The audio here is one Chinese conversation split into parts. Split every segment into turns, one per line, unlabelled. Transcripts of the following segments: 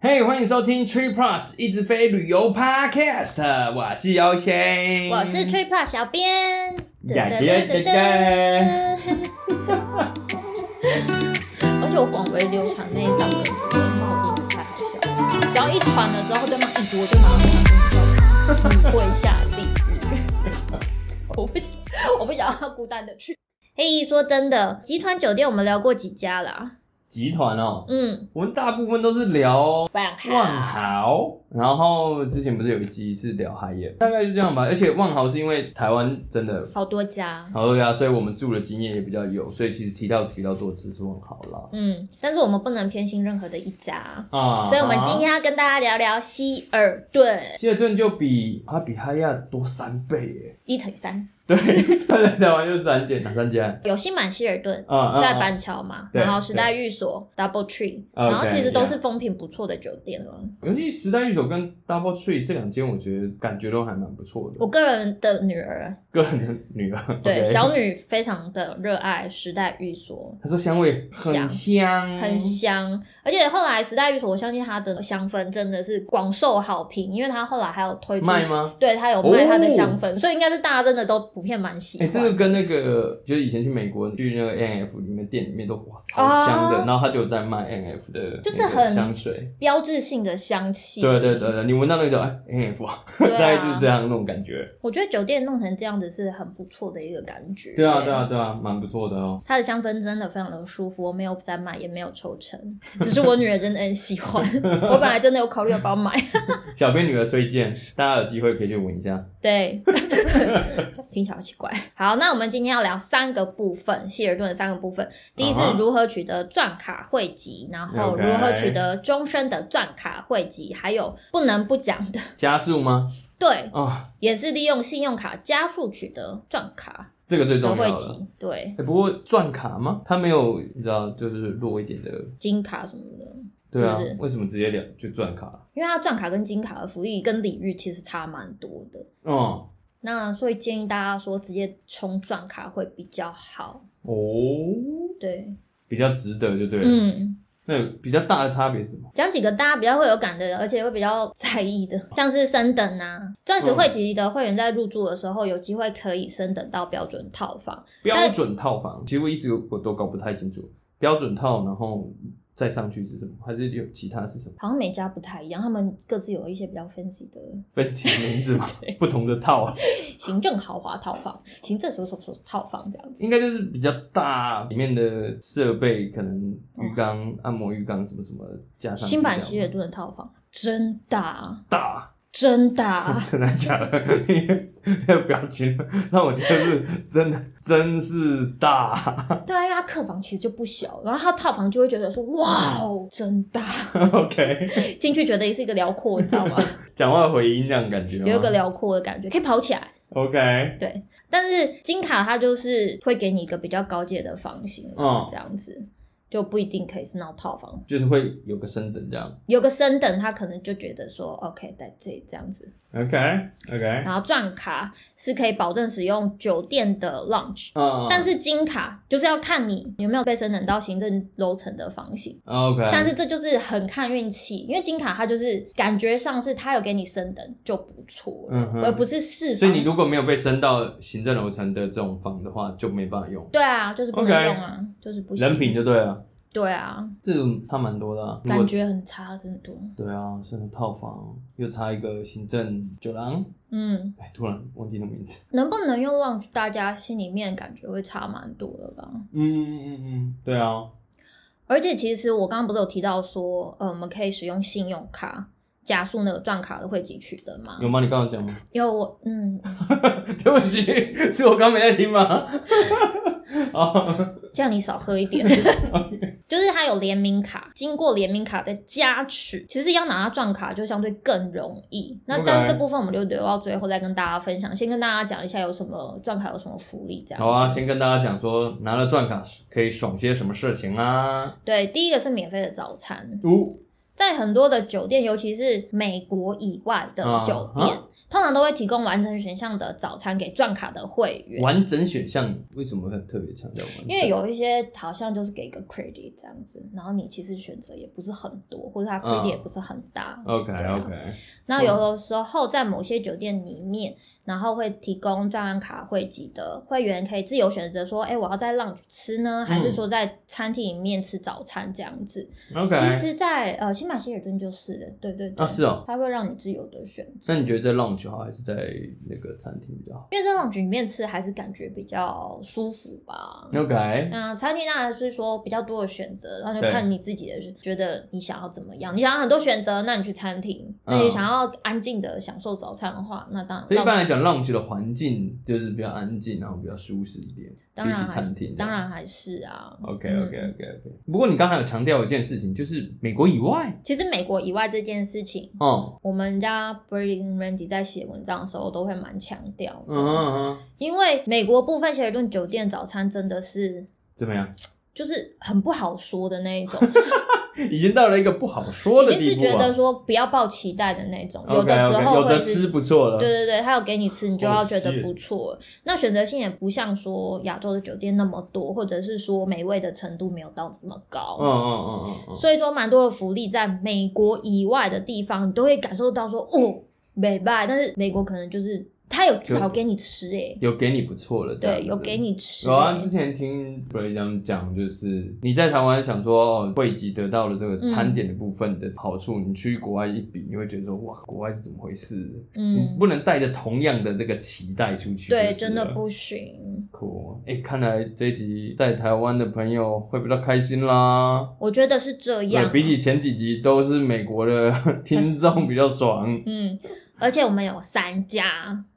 嘿欢迎收听 Tree Plus 一直飞旅游 Podcast，我是姚谦，
我是 Tree Plus 小编。
呀呀呀呀！
而且我广为流传那一张的那个帽子太好笑了，只要一传了之后，对方一读，我就马上传出去，跪下地狱。我不想，我不想要孤单的去。嘿，说真的，集团酒店我们聊过几家啦？
集团哦，
嗯，
我们大部分都是聊
万豪，
万豪，然后之前不是有一集是聊海野，大概就这样吧。而且万豪是因为台湾真的
好多家。
好多家，啊所以我们住的经验也比较有，所以其实提到提到多次是万豪啦。
嗯，但是我们不能偏心任何的一家，
啊
所以我们今天要跟大家聊聊希尔顿
希尔顿就比它比哈亚多三倍耶，
一乘三。
对， 它在台湾就是三间，哪三间？
有新满希尔顿，
啊、嗯，
在
嗯
板桥嘛，
对
然后时代寓所、Double Tree，
OK，
然后其实都是风评不错的酒店了。
尤其时代寓所跟 Double Tree 这两间，我觉得感觉都还蛮不错的。
我个人的女儿，
个人的女儿，
哦对
OK
小女非常的热爱时代寓所。
她说香味很
香
香，
很香，而且后来时代寓所，我相信它的香氛真的是广受好评，因为它后来还有推出，
卖吗？
对，它有卖它的
哦
香氛，所以应该是大家真的都普遍蛮喜
哎、
欢。
这个跟那个就是以前去美国去那个 N F 里面店里面都哇超香的，
哦
然后他就有在卖 N F 的那个
就是很
香水，
标志性的香气，
对对对对，你闻到那个就哎 N F 啊，
对
大概就是
啊
这，样那种感觉。
我觉得酒店弄成这样子是很不错的一个感觉。
对啊对啊对啊，蛮不错的哦。
它的香氛真的非常的舒服，我没有在买，也没有抽成，只是我女儿真的很 喜欢。我本来真的有考虑要不要买，
小编女儿推荐，大家有机会可以去闻一下。
对，听起来好奇怪。好，那我们今天要聊三个部分，希尔顿的三个部分。第一是
啊哈
如何取得钻卡汇集，然后
OK
如何取得终身的钻卡汇集，还有不能不讲的，
加速吗？
对，
啊、
也是利用信用卡加速取得钻卡
这个最重
的
要
汇
了。
集，对，
欸、不过钻卡吗？它没有，你知道，就是弱一点的，
金卡什么的，
对啊，
是不是？
为什么直接聊就钻卡？
因为它钻卡跟金卡的福利跟礼遇其实差蛮多的。
嗯，
那所以建议大家说直接冲钻卡会比较好。
哦，
对，
比较值得，就对了。
嗯，
那比较大的差别是什么？
讲几个大家比较会有感的，而且会比较在意的，像是升等啊，钻
嗯
石会籍的会员在入住的时候，有机会可以升等到标准套房。
标准套房，其实我一直我都搞不太清楚。标准套，然后再上去是什么？还是有其他是什么？
好像每家不太一样，他们各自有一些比较 fancy 的
分析名字嘛
对，
不同的套啊，
行政豪华套房、行政什么什么什么套房这样子。
应该就是比较大，里面的设备可能浴缸、按摩浴缸什么什么加上去
新版
这样
希尔顿的套房真大，
大，，
真啊大
真的假的？那个表情让我觉得是真的，真是大。
对啊，因为它客房其实就不小，然后它套房就会觉得说哇哦，真大。
OK，
进去觉得也是一个辽阔，你知道吗？
讲话回音这样感觉吗
有一个辽阔的感觉，可以跑起来。
OK，
对，但是金卡它就是会给你一个比较高阶的房型，
嗯
这样子就不一定可以是那种套房。
就是会有个升等这样。
有个升等，他可能就觉得说 OK 在这这样子。
OK OK，
然后钻卡是可以保证使用酒店的 lounge，
嗯，
但是金卡就是要看你有没有被升等到行政楼层的房型。
OK，
但是这就是很看运气，因为金卡它就是感觉上是它有给你升等就不错了，
嗯哼
而不是释
所
放。
以你如果没有被升到行政楼层的这种房的话，就没办法用
对啊，就是不能
OK
用啊就是不行。
人品就对了。
对啊，
这种差蛮多的、啊，如
感
果
觉很差，真的多。
对啊，升了套房，又差一个行政酒廊，
嗯，
哎，突然忘记那名字。
能不能用 lounge，大家心里面感觉会差蛮多的吧。
嗯嗯嗯嗯，对啊，
而且其实我刚刚不是有提到说，呃，我们可以使用信用卡加速那个钻卡的汇集取得吗？
有吗？你刚刚讲吗？
因为我嗯，
对不起， 是我刚没在听吗？ 哦，
这样你少喝一点。 就是它有联名卡，经过联名卡的加持，其实要拿到钻卡就相对更容易。那
OK
但是这部分我们就留到最后再跟大家分享，先跟大家讲一下有什么钻卡有什么福利这样子。
好啊，先跟大家讲说，拿了钻卡可以爽些什么事情啊？
对，第一个是免费的早餐，
哦，
在很多的酒店，尤其是美国以外的酒店，
啊
通常都会提供完整选项的早餐给钻卡的会员。
完整选项为什么会特别强调完整？
因为有一些好像就是给一个 credit 这样子，然后你其实选择也不是很多，或者它 credit
嗯
也不是很大。
OK
对啊
OK，
那有
嗯
的时候在某些酒店里面，然后会提供账案卡汇集的会员可以自由选择说，哎、我要在 lounge 吃呢，还是
嗯
说在餐厅里面吃早餐这样子。
OK，
其实在，呃新马希尔顿就是了，对对对，
啊是哦
它会让你自由的选择。
那你觉得在 lounge 好还是在那个餐厅比较好
因为在 lounge 里面吃还是感觉比较舒服吧。
？OK，
嗯，餐厅当然是说比较多的选择，然后就
对
看你自己的觉得你想要怎么样。你想要很多选择，那你去餐厅；那你
嗯
想要安静的享受早餐的话，那当然
所以一
lounge
般来讲，lounge 的环境就是比较安静，然后比较舒适一点，
当然还
尤其
是
餐厅这样
当然还是啊。
OK
嗯
OK OK OK。不过你刚才有强调一件事情，就是美国以外，
其实美国以外这件事情，
哦，
我们家 Brady 跟 Randy 在写文章的时候都会蛮强调的，
嗯哼嗯哼，
因为美国部分希尔顿酒店早餐真的是
怎么样？
就是很不好说的那 一种，
已经到了一个不好说
已
的
经是
地步
觉得
啊。
说不要抱期待的那种，有
OK
的时
OK，
候
有
会
的
是
吃。不错了。
对对对，他有给你吃，你就
哦
要觉得
是
不错。那选择性也不像说亚洲的酒店那么多，或者是说美味的程度没有到这么高。
嗯，嗯嗯嗯嗯。
所以说蛮多的福利在美国以外的地方，你都会感受到说哦，美拜，但是美国可能就是他有至少给你吃诶、
有给你不错了，这样
对，
子
有给。你吃、
啊有啊，
欸
之。前听 Bray 这样讲，就是你在台湾想说哦，汇集得到了这个餐点的部分的好处，你去国外一比，你会觉得说哇，国外是怎么回事？
嗯
你不啊能带着同样的这个期待出去。
对，真的。不行。
酷，哎、看来这一集在台湾的朋友会比较开心啦。
我觉得是这样
对
啊。
比起前几集都是美国 的听众比较爽，
嗯，而且我们有三家，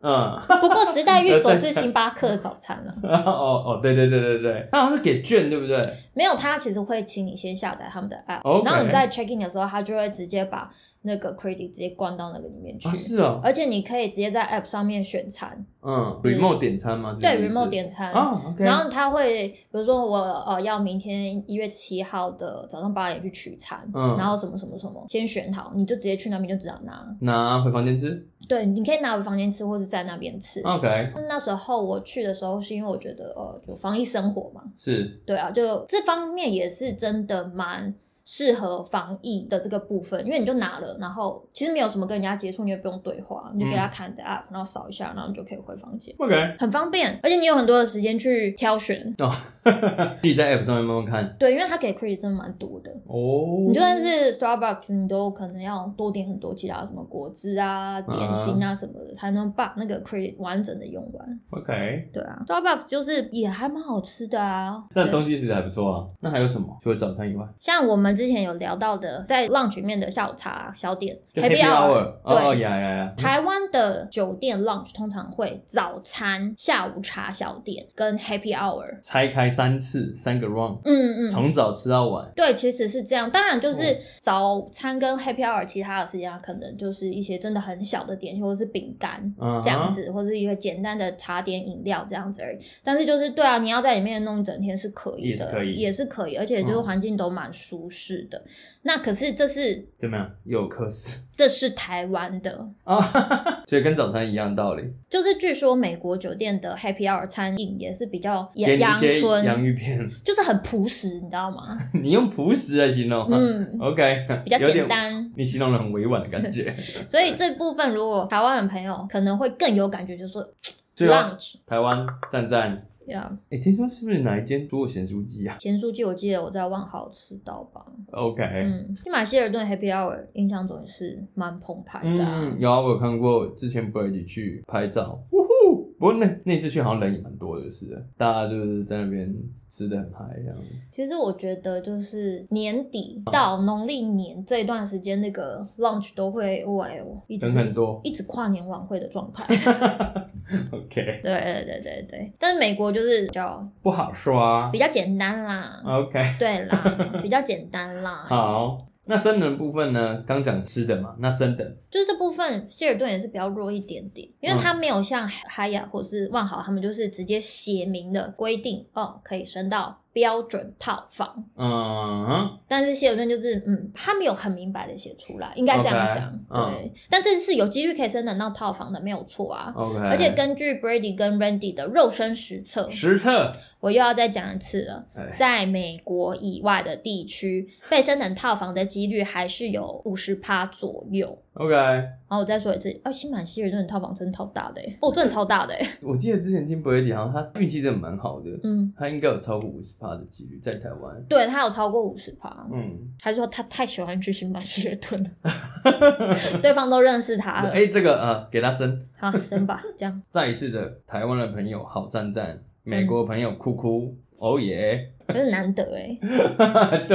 嗯，
不过时代寓所是星巴克的早餐了、啊，
哦哦，对对对对对，他好像是给券对不对？
没有它其实会请你先下载他们的 app，、
OK
然后你在 check in 的时候，它就会直接把那个 credit 直接灌到那个里面去，
啊，是哦，
而且你可以直接在 app 上面选餐，
嗯，remote 点餐吗？是
对
不是
，remote 点餐，
啊，OK，
然后他会，比如说我呃要明天一月七号的早上八点去取餐，
嗯
然后什么什么什么，先选好，你就直接去那边就只要拿。
拿回房间吃
对，你可以拿回房间吃，或是在那边吃。
，OK，
那时候我去的时候，是因为我觉得呃，就防疫生活嘛，
是，
对啊，就这方面也是真的蛮适合防疫的这个部分，因为你就拿了，然后其实没有什么跟人家接触，你也不用对话，
嗯
你就给他看你的 app，、然后扫一下，然后你就可以回房间，
OK，
很方便，而且你有很多的时间去挑选。
哦，自己在 app 上面慢慢看，
对，因为他给 credit 真的蛮多的。
哦，
你就算是 Starbucks，你都可能要多点很多其他什么果汁啊、点心啊什么的，才能把那个 credit 完整的用完。
OK，
对啊，Starbucks 就是也还蛮好吃的啊。
那
对
东西其实还不错啊。那还有什么？除了早餐以外，
像我们之前有聊到的，在浪群面的下午茶小点
就 Happy Hour，哦
对。
呀呀呀，
台湾的酒店 lunch 通常会早餐、下午茶小点跟 happy hour，
拆开三次，三个 round，
嗯嗯，
从早吃到晚。
对，其实是这样。当然，就是
嗯
早餐跟 happy hour 其他的时间，可能就是一些真的很小的点心，或者是饼干
嗯，
这样，子，或者一个简单的茶点、饮料这样子而已。但是就是对啊，你要在里面弄一整天是可以
也是
的，
可以
是可以而且就是
嗯
环境都蛮舒适的。那可是这是
怎么样？又有克死
这是台湾的。
啊， 所以跟早餐一样道理，
就是据说美国酒店的 Happy Hour 餐饮也是比较
给你
阳
一
阳
些
春，
洋芋片，
就是很朴实，你知道吗？
你用朴实来形容。
嗯，
OK，
比较
有点
简单。
你形容的很委婉的感 觉。
所以这部分如果台湾人朋友可能会更有感觉，就是说
最后，
lunch
台湾赞赞。
呀，
哎、听说是不是哪一间做咸酥鸡啊
咸酥鸡我记得我在万豪吃到吧，
？OK，
嗯，新马希尔顿 Happy Hour 印象中也是蛮澎湃的、啊，
嗯，有啊，我有看过之前 Brady 去拍照，呜呼！不过那那次去好像人也蛮多的，就是了大家就是在那边吃的很嗨这样子。
其实我觉得就是年底到农历年这一段时间，那个 lunch 都会哇哦，一直
人很多
一直跨年晚会的状态。
OK，
对对对对对，但是美国就是比较
不好说啊
比。较简单啦，
OK，
对啦，比较简 单啦。
好，那生冷部分呢？刚讲吃的嘛，那生冷
就是这部分希尔顿也是比较弱一点点，因
嗯
为它没有像海雅或是万豪他们就是直接写明的规定哦，可以升到标准套房，
嗯哼，
但是谢尔顿就是嗯，他没有很明白的写出来，应该这样
OK，
讲
嗯
对，但是是有几率可以升等到套房的，没有错啊。
，OK，
而且根据 Brady 跟 Randy 的肉身实测，
实测，
我又要再讲一次了。
哎
在美国以外的地区，被升等套房的几率还是有五十趴左右。
，OK，
然后我再说一次，哦，新版希尔顿的套房真的超大的、欸，哦，真的超大的、 欸，
我记得之前听 Brady 好像他运气真的蛮好的，
嗯，
他应该有超过五十趴的几率在台湾，
对，他有超过五十趴。
嗯，
他说他太喜欢去新版希尔顿了， 对方都认识他了。
哎，这个啊，给他升，
好，升吧，这样
再一次的台湾的朋友好赞赞，美国朋友哭哭，哦耶，
有点难得哎、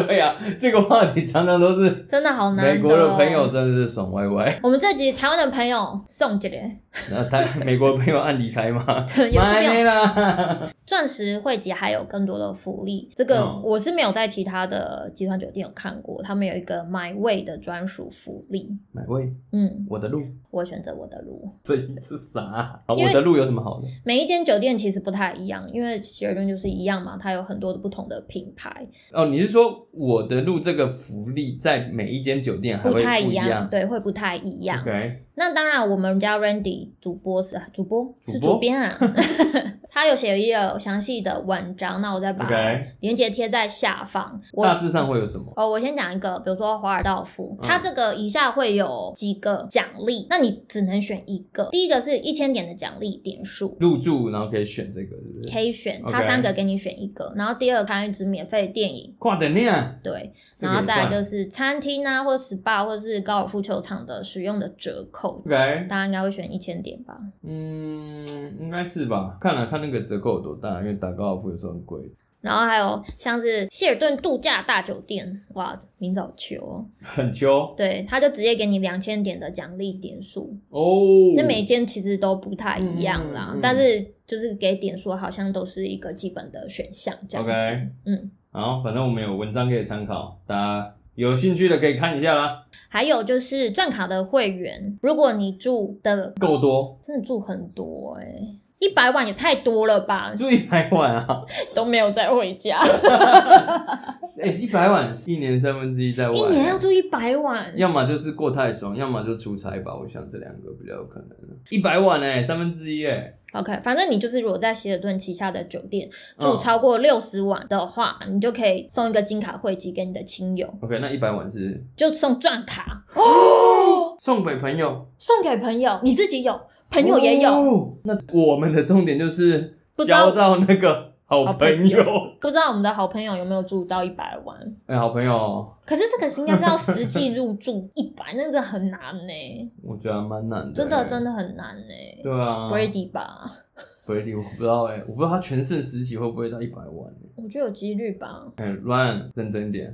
对啊，这个话题常常都是
真的好难得、哦
美国的朋友。真的是爽歪歪，
我们这集台湾的朋友送给你，
然后台美国朋友按离开吗？
对有事没有
没啦，
钻石会籍还有更多的福利，这个
嗯
我是没有在其他的集团酒店有看过，他们有一个 My Way 的专属福利。
买位，
嗯，
我的路，
我选择我的路。
这一次啥啊？好
因
我
为
的路有什么好的？
每一间酒店其实不太一样，因为希尔顿就是一样嘛，它有很多的不同的品牌，
哦，你是说我的路这个福利在每一间酒店还会不
太
一
样，对，会不太一样。
？OK，
那当然，我们家 Randy 主播是啊主播
主播
是主 编啊，他有写一个详细的文章，那我再把
OK
链接贴在下方。我
大致上会有什么？
哦，我先讲一个，比如说华尔道夫，
嗯
它这个以下会有几个奖励，那你只能选一个。第一个是一千点的奖励点数，
入住，然后可以选这个，是不是？
可以选，它
OK
三个给你选一个。然后第二个还有一支免费电影，
跨等量，
对，
这个
然后
也
再来
算
就是餐厅啊，或 SPA 或是高尔夫球场的使用的折扣，
OK，
大家应该会选一千点吧？
嗯，应该是吧。看了看那个折扣有多大，因为打高尔夫有时候很贵。
然后还有像是希尔顿度假大酒店，哇，名字好球哦，
很秋
对，他就直接给你两千点的奖励点数，
哦。
那每间其实都不太一样啦，
嗯嗯嗯
但是就是给点数好像都是一个基本的选项这样子。
OK
嗯，
好，反正我们有文章可以参考，大家有兴趣的可以看一下啦。
还有就是钻卡的会员，如果你住的
够多，
真的住很多哎、一百万也太多了吧，
就一百万啊！
都没有再回家，
哎、一百万，一年三分之一在外。
一年哎要住一百万，
要么就是过太爽，要么就出差吧。我想这两个比较有可能。一百万哎、三分之一哎，
OK，反正你就是如果在希尔顿旗下的酒店住
嗯
超过六十晚的话，你就可以送一个金卡汇集给你的亲友，
OK，那一百万是
就送钻卡
送给朋友，
送给朋友，你自己有，朋友也有。
哦那我们的重点就是
不知道
交到那个好朋友，
不知道我们的好朋友有没有住到一百万？
哎、好朋友，
可是这个应该是要实际入住一百，那真的很难呢、
我觉得蛮难的、
真的真
的。
的很难呢、
对啊
Brady 吧，
Brady，我不知道哎、我不知道他全盛时期会不会到一百万、欸。
我觉得有几率吧，
哎、r y a n 认真一点，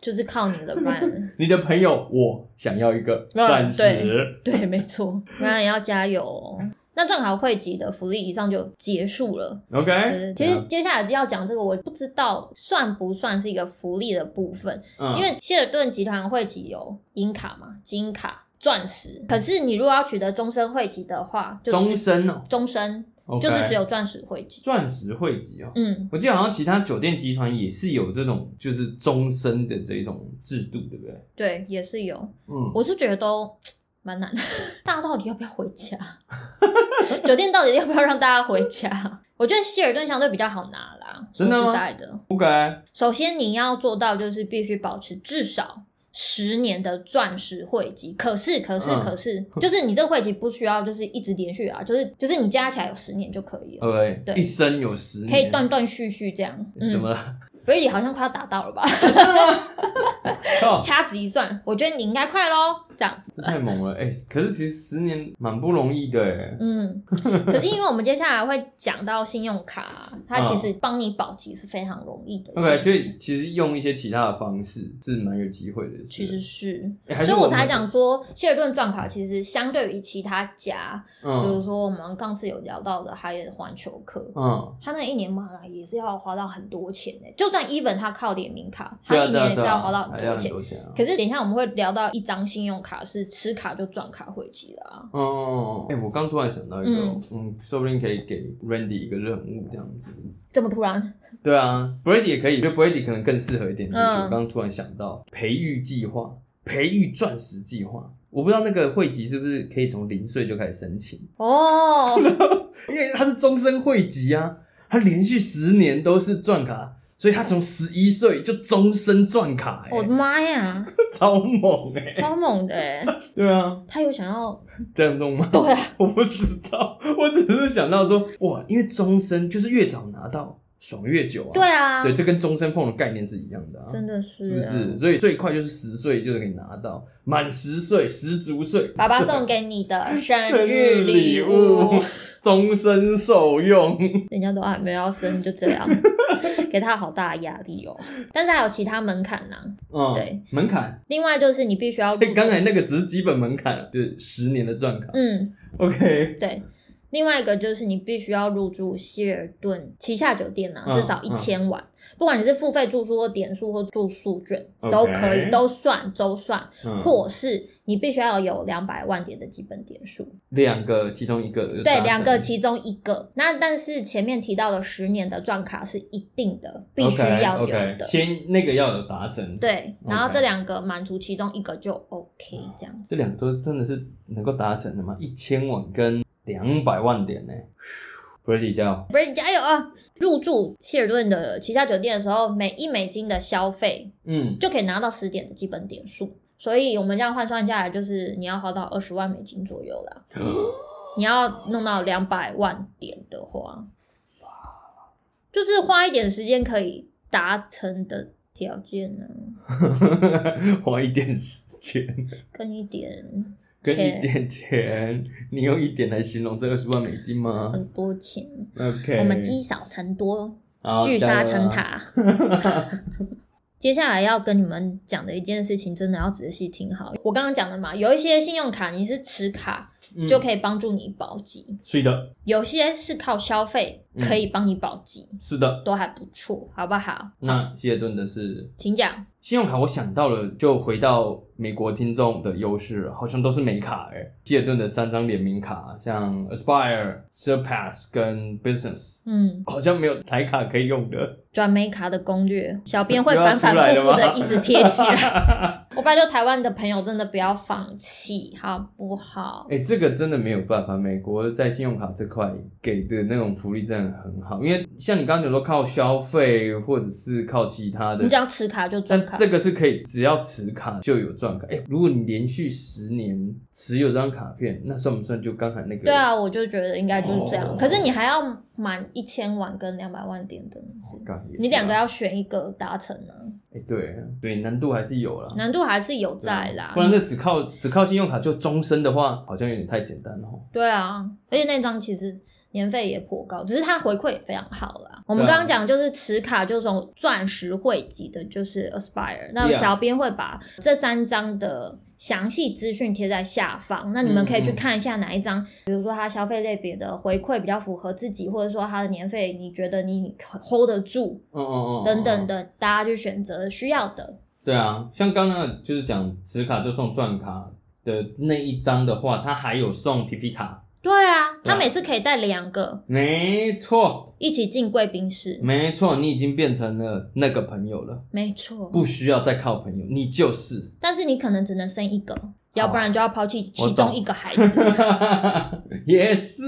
就是靠你了，Ryan。
你的朋友我想要一个
Ryan，
钻石
对。对，没 错，Ryan 要加油哦。那正好汇集的福利以上就结束了。
OK，
嗯其实接下来要讲这个，我不知道算不算是一个福利的部分，
嗯
因为希尔顿集团会籍有银卡嘛、金卡、钻石，可是你如果要取得终身会籍的话，就
终
是
身哦、
终身
OK
就是只有钻石会籍。
钻石汇集哦、
嗯，
我记得好像其他酒店集团也是有这种就是终身的这种制度，对不对？
对，也是有。
嗯，
我是觉得都蛮难的， 大家到底要不要回家？ 酒店到底要不要让大家回家？我觉得希尔顿相对比较好拿啦，说
真的吗
实在的，
不该
首先你要做到就是必须保持至少十年的钻石汇集。可是，可是，
嗯
可是，就是你这个汇集不需要就是一直连续啊，就是就是你加起来有十年就可以了。
对
对
一生有哦十年，
可以断断续续这样，
怎
嗯
么 了？
，Brady 好像快要达到 了吧？
靠，
掐指一算，我觉得你应该快喽。这样，
哦这太猛了哎、可是其实十年蛮不容易的哎、
嗯，可是因为我们接下来会讲到信用卡，它其实帮你保级是非常容易的一
OK，
件
所
事情。
以其实用一些其他的方式是蛮有机会的。
其实
是
是，
哎还是
所以
我
我
们
才讲说，希尔顿钻卡其实相对于其他家，比如
嗯
说我们上次有聊到的海尔环球客，
嗯，
他那一年买来也是要花到很多钱呢、就算 even 他靠联名卡，他
对啊
一
对啊
年也是
对啊
要花到很
还要
多
很
钱。
多钱啊。
可是等一下我们会聊到一张信用卡是吃卡就赚卡汇集的啊，
哦，哎、我刚嗯突然想到一个哦，嗯说不定可以给 Randy 一个任务这样子，
这么突然？
对啊，Brady 也可以，就 Brady 可能更适合一点。就是
嗯
我刚刚突然想到，培育计划、培育钻石计划，我不知道那个会籍是不是可以从零岁就开始申请，
哦，
因为它是终身会籍啊，它连续十年都是钻卡，所以他从十一岁就终身钻卡、欸，
我的妈呀，
超猛哎、
超猛的哎！
对啊，
他有想要
这样弄吗？
对啊，
我不知道，我只是想到说，哇，因为终身就是越早拿到爽越久啊。
对啊，
对，这跟终身俸的概念是一样的啊。
真的
是不
是啊
是？所以最快就是十岁就是可以拿到，满十岁十足岁，
爸爸送给你的生
生
日
日
礼
礼
物
物，，终身受用。
人家都还没有要生就 这样，给他好大的压力哦。但是还有其他门槛呐、
嗯，
对，
门槛。
另外就是你必须要入
所 以刚才那个只是基本门槛，就是十年的钻卡。
嗯
OK，
对，另外一个就是你必须要入住希尔顿旗下酒店啊，
嗯
至少一千晚，不管你是付费住宿或点数或住宿券
OK
都可以，都算周算，
嗯
或是你必须要有两百万点的基本点数。
两个其中一个就达
对，
成
两个其中一个。那但是前面提到的十年的钻卡是一定的，必须要有
OK，OK，
的。
先那个要有达成。，
对，然后
OK
这两个满足其中一个就 OK，这样子。
这两个真的是能够达成的吗？一千万跟两百万点呢、b r a d y 加油！
不是加油啊！入住希尔顿的旗下酒店的时候，每一美金的消费
嗯，
就可以拿到十点的基本点数，所以我们这样换算下来，就是你要花到二十万美金左右啦。你要弄到两百万点的话，就是花一点时间可以达成的条件呢、
花一点时间。
跟一点
跟一
钱，
点钱，你用一点来形容这二十万美金吗
很多钱。
？OK，
呃我们积少成多，
好
聚
加啊油
沙
啊
成塔。 接下来要跟你们讲的一件事情，真的要仔细听好。我刚刚讲的嘛，有一些信用卡你是持卡
嗯
就可以帮助你保级，
是的，
有些是靠消费
嗯
可以帮你保级，
是的。
都还不错，好不好？
那希尔顿的是
请讲。
信用卡，我想到了，就回到美国听众的优势了，好像都是美卡哎、希尔顿的三张联名卡，像 Aspire、Surpass 跟 Business，
嗯，
好像没有台卡可以用的。
转美卡的攻略，小编 会
又要
反反
出来
复复
了
的
吗
一直贴起 来。 我拜托台湾的朋友真的不要放弃，好不好？
哎、这个真的没有办法，美国在信用卡这块给的那种福利真的很好，因为像你刚刚讲说靠消费或者是靠其他的
你只，要持卡就赚
但
卡，
这个是可以只要持卡就有赚卡。哎、如果你连续十年持有这张卡片，那算不算就刚才那个？
对啊，我就觉得应该就是这样。
哦
可是你还要满一千万跟两百万点的是，
干，也是啊
你两个要选一个达成呢、啊，
哎、对对，难度还是有啦。
难度还是有
对啊
在啦
嗯不。然这只靠只靠信用卡就终身的话，好像有点太简单了吼。
对啊，而且那张其实年费也颇高，只是它回馈也非常好
啊
啦。我们刚刚讲就是持卡就是从钻石汇集的，就是 Aspire。那
Yeah
小编会把这三张的。详细资讯贴在下方，那你们可以去
嗯嗯
看一下哪一张，比如说它消费类别的回馈比较符合自己，或者说它的年费你觉得你 hold 得住
嗯嗯嗯，嗯
等等。的，大家去选择需要的。
对啊，像刚刚就是讲持卡就送钻卡的那一张的话，它还有送皮皮卡。
对啊，
对啊
他每次可以带两个
没错，
一起进贵宾室，
没错，你已经变成了那个朋友了，
没错。
不需要再靠朋友，你就是。
但是你可能只能生一个，
啊
要不然就要抛弃其中一个孩子。
也是，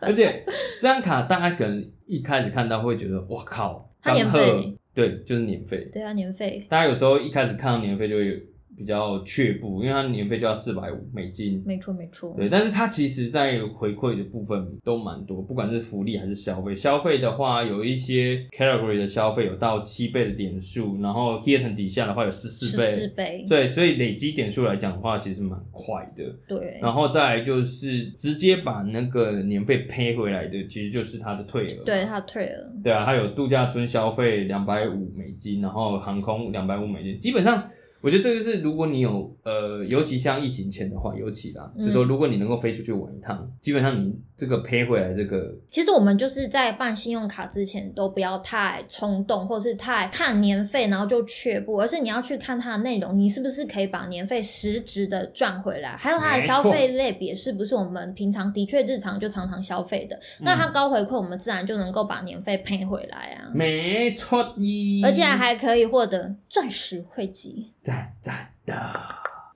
而且这张卡大家可能一开始看到会觉得，哇靠，
它年费
刚好，对，就是年费。
对啊，年费
大家有时候一开始看到年费就会有比较却步，因为它年费就要四百五美金，
没错没错，
对，但是它其实在回馈的部分都蛮多，不管是福利还是消费。消费的话，有一些 category 的消费有到七倍的点数，然后 Hilton 底下的话有十
十
四
四
倍。
倍，
对，所以累积点数来讲的话，其实蛮快的。
对
然后再来就是直接把那个年费赔回来的，其实就是它的退额。
对，他退了，
对啊，它有度假村消费两百五美金，然后航空两百五美金，基本上我觉得这个是，如果你有呃，尤其像疫情前的话，尤其啦，
嗯
就说如果你能够飞出去玩一趟，基本上你这个赔回来这个，
其实我们就是在办信用卡之前都不要太冲动，或是太看年费然后就却步，而是你要去看它的内容，你是不是可以把年费实质的赚回来，还有它的
没
消
错
费类别是不是我们平常的确日常就常常消费的，那它
嗯
高回馈，我们自然就能够把年费赔回来啊，
没错一，
而且还可以获得钻石汇集。
赞赞的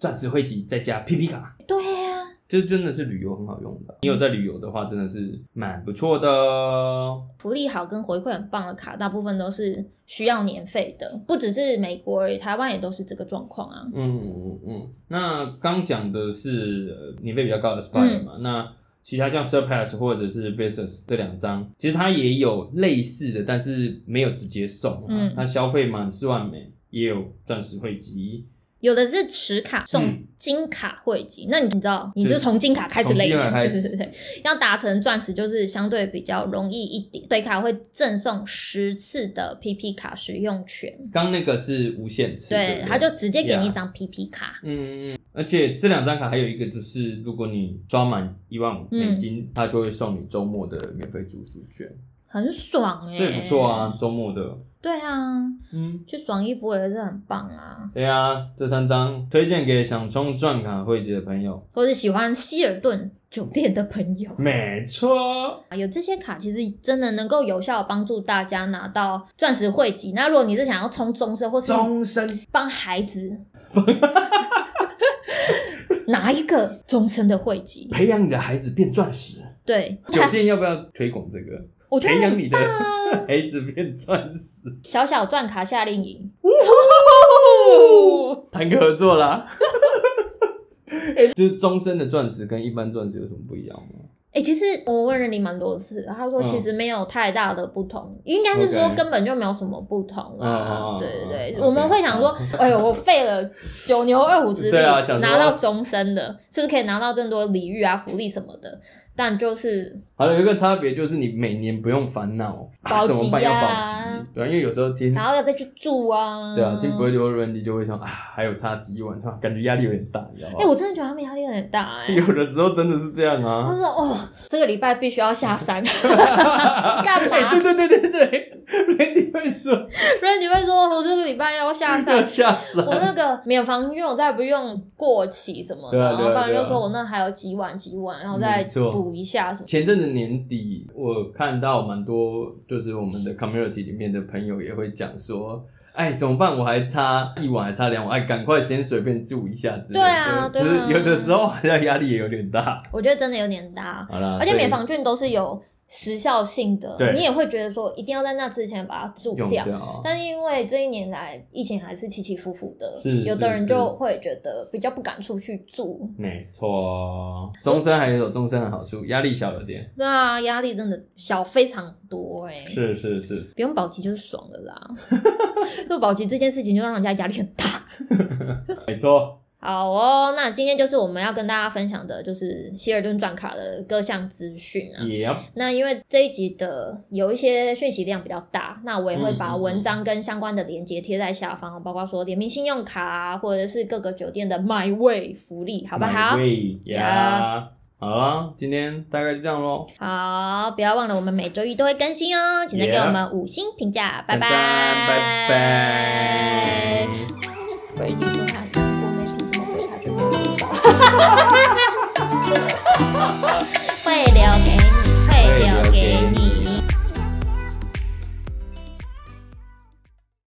钻石汇集再加 PP 卡，
对呀、
这真的是旅游很好用的。你有在旅游的话，真的是蛮不错的哦。
福利好跟回馈很棒的卡，大部分都是需要年费的，不只是美国而已，台湾也都是这个状况啊。
嗯嗯嗯，那刚讲的是呃年费比较高的
嗯
Spire 嘛，那其他像 Surpass 或者是 Business 这两张，其实它也有类似的，但是没有直接送、啊。
嗯
它消费满四万美也有钻石汇集，
有的是持卡送
嗯
金卡汇集，那你知道，你就
对
从金卡开始
从
累积，
金卡
对
开
对
始
对对，要达成钻石就是相对比较容易一点。水卡会赠送十次的 PP 卡使用权，
刚那个是无限次，对
对
不，对，
他就直接给你一
Yeah
张 PP 卡。
嗯，嗯嗯，而且这两张卡还有一个就是，如果你刷满一万五美金，
嗯
它就会送你周末的免费住宿券，
很爽哎、
这也不错啊，。周末的，
对啊，
嗯，
去爽一波也是很棒啊。
对啊，这三张推荐给想充钻卡汇集的朋友，
或是喜欢希尔顿酒店的朋友，
没错，
啊，有这些卡，其实真的能够有效地帮助大家拿到钻石汇集。那如果你是想要冲终身，或是
终身
帮孩子 拿一个终身的汇集，
培养你的孩子变钻石，
对，
酒店要不要推广这个？
我觉
培
得
养 你的孩子变钻石，
小小钻卡夏令营，
谈个合作啦。 欸就是终身的钻石跟一般钻石有什么不一样吗？
哎、其实我问了你蛮多次，他说其实没有太大的不同，应该是说
嗯 OK
根本就没有什么不同啦。
嗯嗯嗯
对
嗯
对对，
OK，嗯
我们会想说，哎呦，我费了九牛二虎之力、
对啊想说
拿到终身的，是不是可以拿到更多礼遇啊、福利什么的？但就是
好了，有一个差别就是你每年不用烦恼
保级啊
怎么办要保级，对啊、因为有时候听，
然后要再去住啊。
对啊，听不会就 Randy 就会想啊，还有差几万，啊感觉压力有点大，你知道吗？
哎、我真的觉得他们压力有点大 哎、
有的时候真的是这样
他
啊。
说：“哦，这个礼拜必须要下山， 干 嘛
哎对对对对对，Randy 会说
不然你会说我这个礼拜 要下 山
要，下山，
我那个免房券我再不用过期什么的，
对啊
然后
对
不
啊
然
对
就
啊
说我那还有几晚几晚，然后再
没错
补一下什么。
前阵子年底，我看到蛮多，就是我们的 community 里面的朋友也会讲说，哎，怎么办？我还差一晚，还差两晚，哎，赶快先随便住一下之类的。
对啊对啊
就是有的时候好像压力也有点大。
我觉得真的有点大，
好啦，
而
啊
且
所以
免房券都是有时效性的，
对
你也会觉得说一定要在那之前把它住
用
掉。
掉啊。
但是因为这一年来疫情还是起起伏伏的，
是
有的
是
人
是
就会觉得比较不敢出去住，
没错，终身还有终身的好处，压力小了点。
那压力真的小非常多哎、
是是是，
不用保级就是爽了啦。 做保级这件事情就让人家压力很大。
没错。
好哦，那今天就是我们要跟大家分享的，就是希尔顿钻卡的各项资讯啊。
也要
那因为这一集的有一些讯息量比较大，那我也会把
嗯嗯嗯
文章跟相关的连接贴在下方，包括说联名信用卡啊，或者是各个酒店的买位福利，好不好？
呀，好啦，今天大概就这样喽，
好，不要忘了我们每周一都会更新哦，请再给
Yeah
我们五星评价，拜
拜
拜，
拜拜。
拜拜。